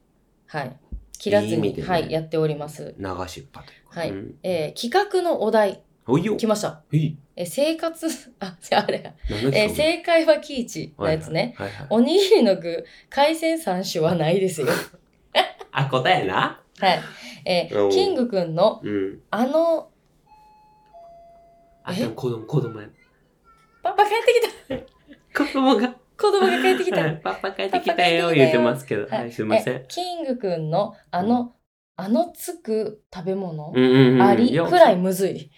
Speaker 3: はい、切らず
Speaker 2: いい意
Speaker 3: に
Speaker 2: 味でね
Speaker 3: はい、やっております。
Speaker 2: 流しっぱというか。
Speaker 3: はい
Speaker 2: うん
Speaker 3: えー企画のお題、
Speaker 2: おいよ。
Speaker 3: 来ました。
Speaker 2: えい。
Speaker 3: えー生活、 あ、あれや、
Speaker 2: 何
Speaker 3: えー
Speaker 2: ですか
Speaker 3: 正解はキイチのやつね。。
Speaker 2: はいはいはいはい。
Speaker 3: おにぎりの具、海鮮3種はない ですよ。
Speaker 2: あ、答えな。
Speaker 3: はい。えー
Speaker 2: おう
Speaker 3: キングくんの、
Speaker 2: うん。
Speaker 3: あの、
Speaker 2: あ、
Speaker 3: え
Speaker 2: でも子供、子供や。
Speaker 3: パパ帰ってきた
Speaker 2: 子供が。
Speaker 3: 子供が帰ってきた。
Speaker 2: パパ帰ってきたよ
Speaker 3: パパ帰ってきたよ
Speaker 2: 言ってますけど、はい、
Speaker 3: はい
Speaker 2: すいません
Speaker 3: え。キングくんのあの、あのつく食べ物、
Speaker 2: うんうんうん、
Speaker 3: あり
Speaker 2: よ
Speaker 3: くらいむずい。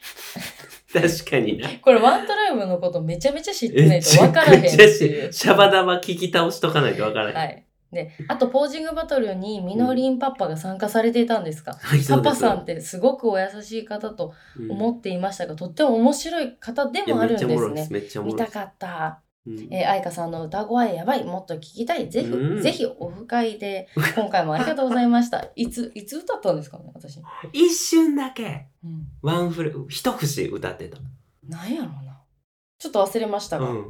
Speaker 2: 確かにな。
Speaker 3: これワントライブのことめちゃめちゃ知ってな
Speaker 2: め
Speaker 3: い
Speaker 2: ち
Speaker 3: と
Speaker 2: ゃ
Speaker 3: 分からへんっ
Speaker 2: く
Speaker 3: て
Speaker 2: ちゃし
Speaker 3: いう。
Speaker 2: シャバダバ聞き倒しとかないとわからへん。
Speaker 3: は
Speaker 2: はい、
Speaker 3: い。で、あとポージングバトルにみのりんパパが参加されていたんですか、
Speaker 2: そう
Speaker 3: パ
Speaker 2: で
Speaker 3: パ
Speaker 2: す
Speaker 3: さんってすごくお優しい方と
Speaker 2: うん
Speaker 3: 思っていましたが、とっても面白い方で
Speaker 2: いや
Speaker 3: もあるんです
Speaker 2: めっちゃおもろいで
Speaker 3: ね
Speaker 2: す。。めっちゃおも
Speaker 3: 見
Speaker 2: ろい
Speaker 3: た
Speaker 2: です。
Speaker 3: かった。
Speaker 2: うん
Speaker 3: えー、愛花さんの歌声やばい。もっと聞きたい。ぜひ、
Speaker 2: うん
Speaker 3: ぜひオフ会で、今回もありがとうございました。いつ、いつ歌ったんですかね、私。
Speaker 2: 一瞬だけ、
Speaker 3: うん。
Speaker 2: ワンフレ、一節歌ってた。
Speaker 3: なんやろうな。ちょっと忘れました
Speaker 2: う
Speaker 3: が。
Speaker 2: ん。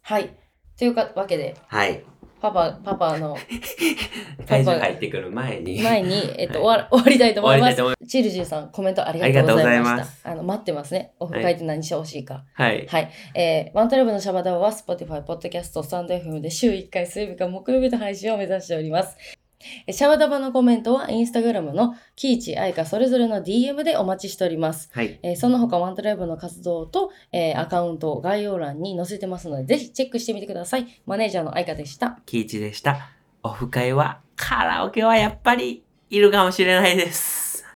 Speaker 3: はい。というかわけで、
Speaker 2: はい。
Speaker 3: パパ、パパの
Speaker 2: 会場入ってくる前に。
Speaker 3: 前に、えっと、
Speaker 2: はい
Speaker 3: 終わら終わりたい
Speaker 2: 終
Speaker 3: と思
Speaker 2: わ
Speaker 3: い
Speaker 2: りた
Speaker 3: ま
Speaker 2: い
Speaker 3: す
Speaker 2: と。思いま
Speaker 3: チルジーさん、コメントありがとうございま
Speaker 2: ありがとうござ
Speaker 3: し
Speaker 2: いま
Speaker 3: た。あの、待ってますね。オフ
Speaker 2: は
Speaker 3: 会
Speaker 2: い
Speaker 3: って何してほしいか。
Speaker 2: す。はい。
Speaker 3: はい。えー、ワントレブのシャバダバは Spotify、Podcast、スタンド FM で週1回水曜日か木曜日の配信を目指しております。えーシャバダバのコメントは Instagram のキイチ、アイカそれぞれの DM でお待ちしております。
Speaker 2: はい。
Speaker 3: えーその他ワントライブの活動と、えーアカウントを概要欄に載せてますので、ぜひチェックしてみてください。マネージャーの愛花でした。
Speaker 2: キイチでした。オフ会は、カラオケはやっぱりいるかもしれないです。